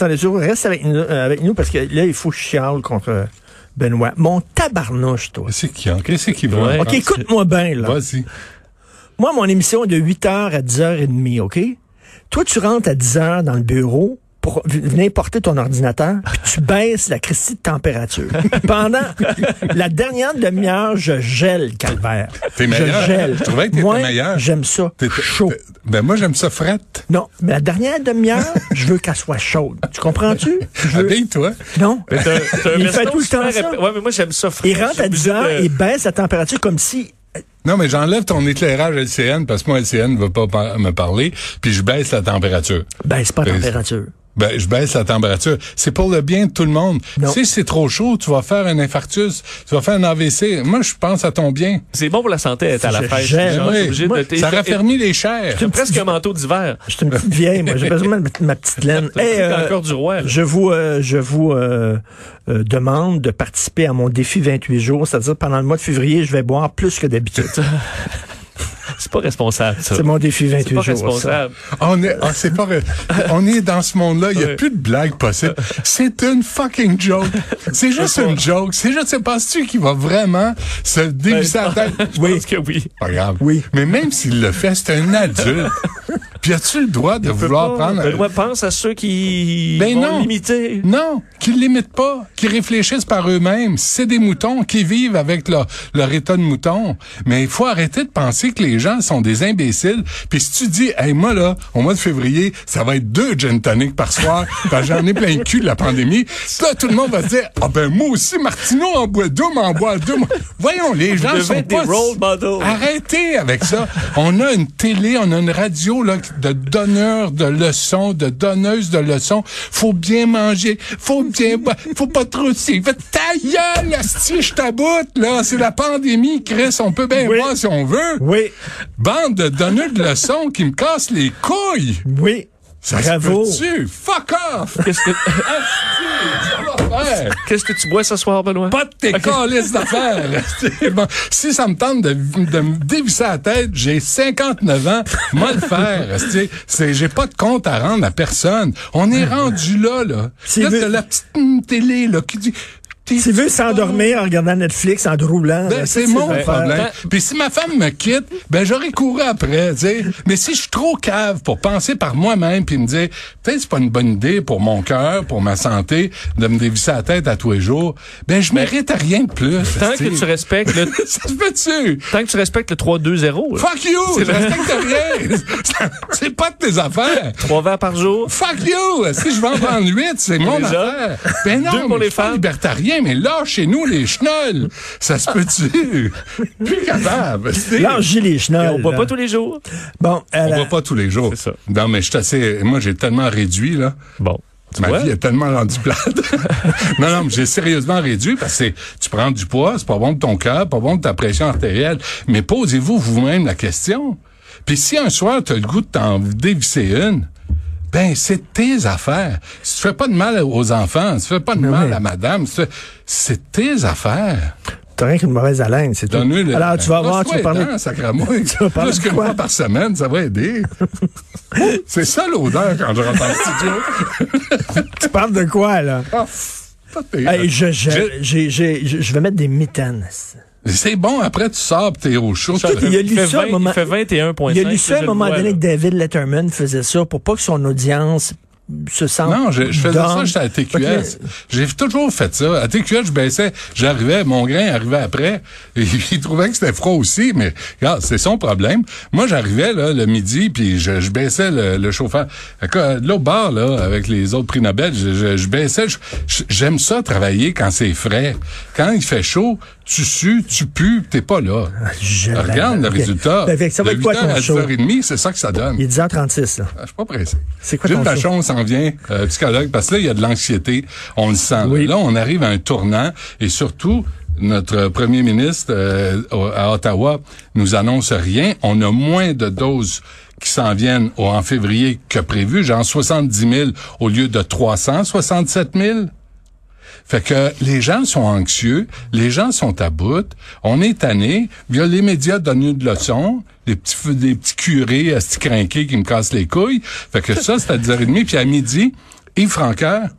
Attendez, je reste avec nous, euh, avec nous parce que là, il faut que je chiale contre euh, Benoît. Mon tabarnouche, toi. C'est qui, hein? Qu'est-ce qui va? OK, écoute-moi bien, là. Vas-y. Moi, mon émission est de 8h à 10h30, OK? Toi, tu rentres à 10h dans le bureau pour v- venir porter ton ordinateur, puis tu baisses la crise de température. Pendant la dernière demi-heure, je gèle, Calvaire. T'es meilleur. Je gèle. Je trouvais que t'étais Moi, meilleur. j'aime ça T'es- chaud. t'es- Ben, moi, j'aime ça frette. Non, mais la dernière demi-heure, je veux qu'elle soit chaude. Tu comprends-tu? Je veux- Habille-toi. Non. Mais t'as- t'as un Il veston fait tout le temps super ça. épais. Ouais, mais moi, j'aime ça. frais. Il rentre à 10 heures, il baisse la température comme si. Non, mais j'enlève ton éclairage LCN parce que moi, LCN ne veut pas par- me parler, puis je baisse la température. Baisse pas la Ben, Baisse. température. Ben, je baisse la température. C'est pour le bien de tout le monde. Non. Si c'est trop chaud, tu vas faire un infarctus, tu vas faire un AVC. Moi, je pense à ton bien. C'est bon pour la santé d'être à la Je fête. gèle. Genre, Oui. t'es Eh, obligé Moi, de- t'es- Ça t'es- raffermit les chairs. t'es presque un manteau d'hiver. Je suis une petite vieille, moi. J'ai besoin de ma, ma petite laine. T'as Hey, le euh, encore du roi. là. je vous, euh, je vous euh, euh, demande de participer à mon défi 28 jours, c'est-à-dire pendant le mois de février, je vais boire plus que d'habitude. C'est pas responsable, ça. C'est mon défi 28 C'est pas jours. ça. responsable. On est, ah, c'est pas, vrai. on est dans ce monde-là. Il n'y a plus de blague possible. C'est une fucking joke. C'est juste une joke. C'est juste, penses-tu qu'il va vraiment se déguiser à la tête? Je pense que oui. Pas grave. Oui. Mais même s'il le fait, c'est un adulte. Puis as-tu le droit de vouloir prendre un- Benoît pense à ceux qui Ben vont non. l'imiter. Non, qu'ils l'imitent pas, qu'ils réfléchissent par eux-mêmes. C'est des moutons qui vivent avec leur, leur état de mouton. Mais il faut arrêter de penser que les gens sont des imbéciles. Puis si tu dis, hey, moi là, au mois de février, ça va être deux gin tonic par soir, parce que j'en ai plein le cul de la pandémie. Là, tout le monde va se dire, ah ben moi aussi, Martineau en boit deux, m'en boit deux. Moi- Voyons, les gens devez sont être des pas... role models. Ah, Arrêtez avec ça. On a une télé, on a une radio là, de donneurs de leçons, de donneuses de leçons. Faut bien manger, faut bien boire, faut pas trop si. Fait ta gueule, asti, je t'aboute, là. C'est la pandémie, Chris. On peut bien Oui. boire si on veut. Oui, Bande de donneurs de leçons qui me cassent les couilles. oui. Ça Bravo. se peut-tu? Fuck off! hein? Qu'est-ce que, Ça va faire. qu'est-ce que tu bois ce soir, Benoît? Pas de tes câlisses d'affaires. C'est bon. si ça me tente de, de me dévisser la tête, j'ai 59 ans, moi le faire. C'est- C'est, j'ai pas de compte à rendre à personne. On est rendu là, là. C'est Là, vrai. t'as la petite hum, télé, là, qui dit... T'es- S'il veut s'endormir en regardant Netflix, en te roulant. Ben, là, c'est ça, mon l'affaire. problème. Ben- Puis si ma femme me quitte, ben j'aurais couru après, tu sais. Mais si je suis trop cave pour penser par moi-même puis me dire peut-être c'est pas une bonne idée pour mon cœur, pour ma santé de me dévisser la tête à tous les jours, ben je mérite à rien de plus. Tant que tu tu respectes le, ça se fait-tu? tant que tu respectes le 3-2-0, là. Fuck you! Je respecte rien! c'est pas de tes affaires! trois verres par jour, Fuck you! Si je vais en prendre huit, c'est mon les hommes. affaire! Ben non, Deux mais pour je les suis pas femmes. libertarien, mais là, chez nous, les chenolles, ça se peut-tu? Plus capable! c'est- Lâche les chenolles. on boit là. pas tous les jours. Bon, à On la- voit pas tous les jours. C'est ça. Non, mais je suis assez... Moi, j'ai tellement réduit, là. Bon. Tu Ma vois? vie est tellement rendue plate. non, non, mais j'ai sérieusement réduit parce que c'est- tu prends du poids, c'est pas bon de ton cœur, pas bon de ta pression artérielle. Mais posez-vous vous-même la question. Puis si un soir, tu as le goût de t'en dévisser une, ben, c'est tes affaires. Si tu fais pas de mal aux enfants, tu fais pas de mal Ben oui. à madame, tu fais- c'est tes affaires. T'as rien qu'une mauvaise haleine, c'est tout. Donne-lui le- Alors, tu vas voir, tu vas Brosse-toi les parler. dents, sacramouille. vas parler Plus de qu'une quoi? fois par semaine, ça va aider. c'est ça l'odeur quand je rentre en studio. Tu parles de quoi, là? Ah, pff, pas de pire. Hey, je, je, j'ai- j'ai- je- je vais mettre des mitaines. C'est bon, après, tu sors pis t'es au chaud. Ça, Il y a lu fait ça à un 20 moment- il fait 21.5. Il y a lu ça à un je le moment vois, donné là. que David Letterman faisait ça pour pas que son audience se sente. Non, je, je faisais ça, dumb. j'étais à TQS. Ok. J'ai toujours fait ça. À TQS, je baissais, j'arrivais, mon grain arrivait après. Et il trouvait que c'était froid aussi, mais regarde, c'est son problème. Moi, j'arrivais là le midi, puis je, je baissais le, le chauffeur. Fait que, euh, De l'autre bar, là, avec les autres prix Nobel, je, je- je baissais. je- je- J'aime ça travailler quand c'est frais. Quand il fait chaud, tu sues, tu pues, t'es pas là. Ah, Je- Regarde le Ok. résultat. Ben, fait que ça va de être quoi 8 heures ton à show? 10h30, c'est ça que ça donne. Il est 10h36, là. Ah, Je suis pas pressé. C'est quoi Gilles ton show? Vachon s'en vient, euh, psychologue, parce que là, il y a de l'anxiété. On le sent. Oui. Là, on arrive à un tournant et surtout, notre premier ministre euh, au- à Ottawa nous annonce rien. On a moins de doses qui s'en viennent au- en février que prévu, genre 70 000 au lieu de 367 000. Fait que les gens sont anxieux, les gens sont à bout, on est tanné, il y a les médias donnent une leçon, les petits, feux- des petits curés à crinqués qui me cassent les couilles. Fait que ça, c'est à 10h30. Puis à midi, Yves Francaire,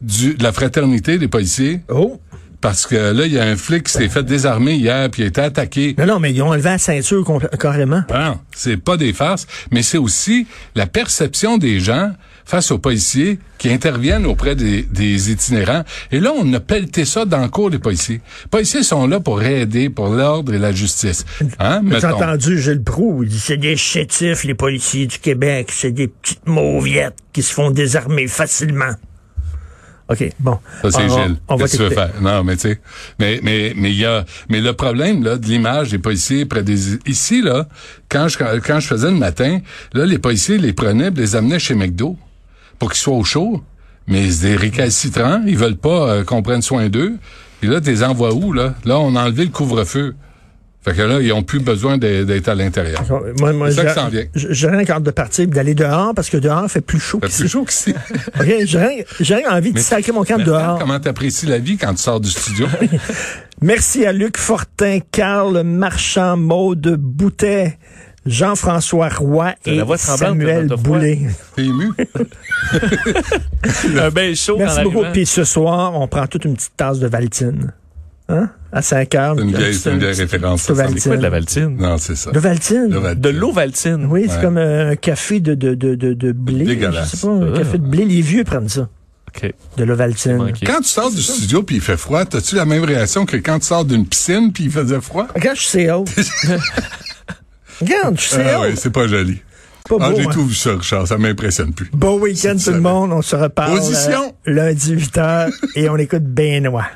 du, de la fraternité des policiers, Oh! parce que là, il y a un flic qui s'est fait désarmer hier, puis il a été attaqué. Non, non, mais ils ont enlevé la ceinture compl- carrément. Ah, c'est pas des farces, mais c'est aussi la perception des gens face aux policiers qui interviennent auprès des, des itinérants. Et là, on a pelleté ça dans le cours des policiers. Les policiers sont là pour aider, pour l'ordre et la justice. Hein, J'ai mettons. entendu Gilles Proux, il dit c'est des chétifs, les policiers du Québec, c'est des petites mauviettes qui se font désarmer facilement. OK, bon. Ça, c'est Ah, On va- Gilles. On va Qu'est-ce que tu veux t'écouter. faire? Non, mais tu sais. Mais, mais, mais il y a, mais le problème, là, de l'image des policiers près des, ici, là, quand je, quand je faisais le matin, là, les policiers les prenaient pis les amenaient chez McDo pour qu'ils soient au chaud. Mais c'est des récalcitrants. Ils veulent pas euh, qu'on prenne soin d'eux. Puis là, t'es envoies où, là? Là, on a enlevé le couvre-feu. Fait que là, ils ont plus besoin d'e- d'être à l'intérieur. Moi, moi, C'est ça j'ai- qui s'en vient. j'ai- J'ai rien qu'envie de partir et d'aller dehors parce que dehors fait plus chaud C'est qu'ici. chaud qu'ici. OK, j'ai rien- j'ai rien envie de sacrer mon camp Mais regarde dehors. comment t'apprécies la vie quand tu sors du studio? Merci à Luc Fortin, Carl Marchand, Maude Boutet, Jean-François Roy T'as la et voix tremblante, Samuel t'as froid. Boulay. T'es ému? Un bel show Merci dans hein? beaucoup. l'arrivée. Puis ce soir, on prend toute une petite tasse de Valtine. Hein? À 5 heures. C'est une vieille- petite- c'est une vieille référence, petite ça, ça. Valtine. C'est quoi de la Valtine? Non, c'est ça. De Valtine? Le Valtine. De l'eau Valtine. Oui, c'est comme euh, un café de, de, de, de, de blé. Dégueulasse. Je sais pas, un Ah. café de blé. Les vieux prennent ça. OK. De l'Ovaltine. Bon, OK. Quand tu sors du studio puis il fait froid, as-tu la même réaction que quand tu sors d'une piscine puis il faisait froid? Regarde, je suis CO. Regarde, je suis CO. Ah ouais, c'est pas joli. Pas Ah, beau. j'ai hein. tout vu ça, Richard, ça m'impressionne plus. Bon week-end Si tu tout le savais. monde. On se reparle Position. euh, lundi 8h et on écoute Benoît.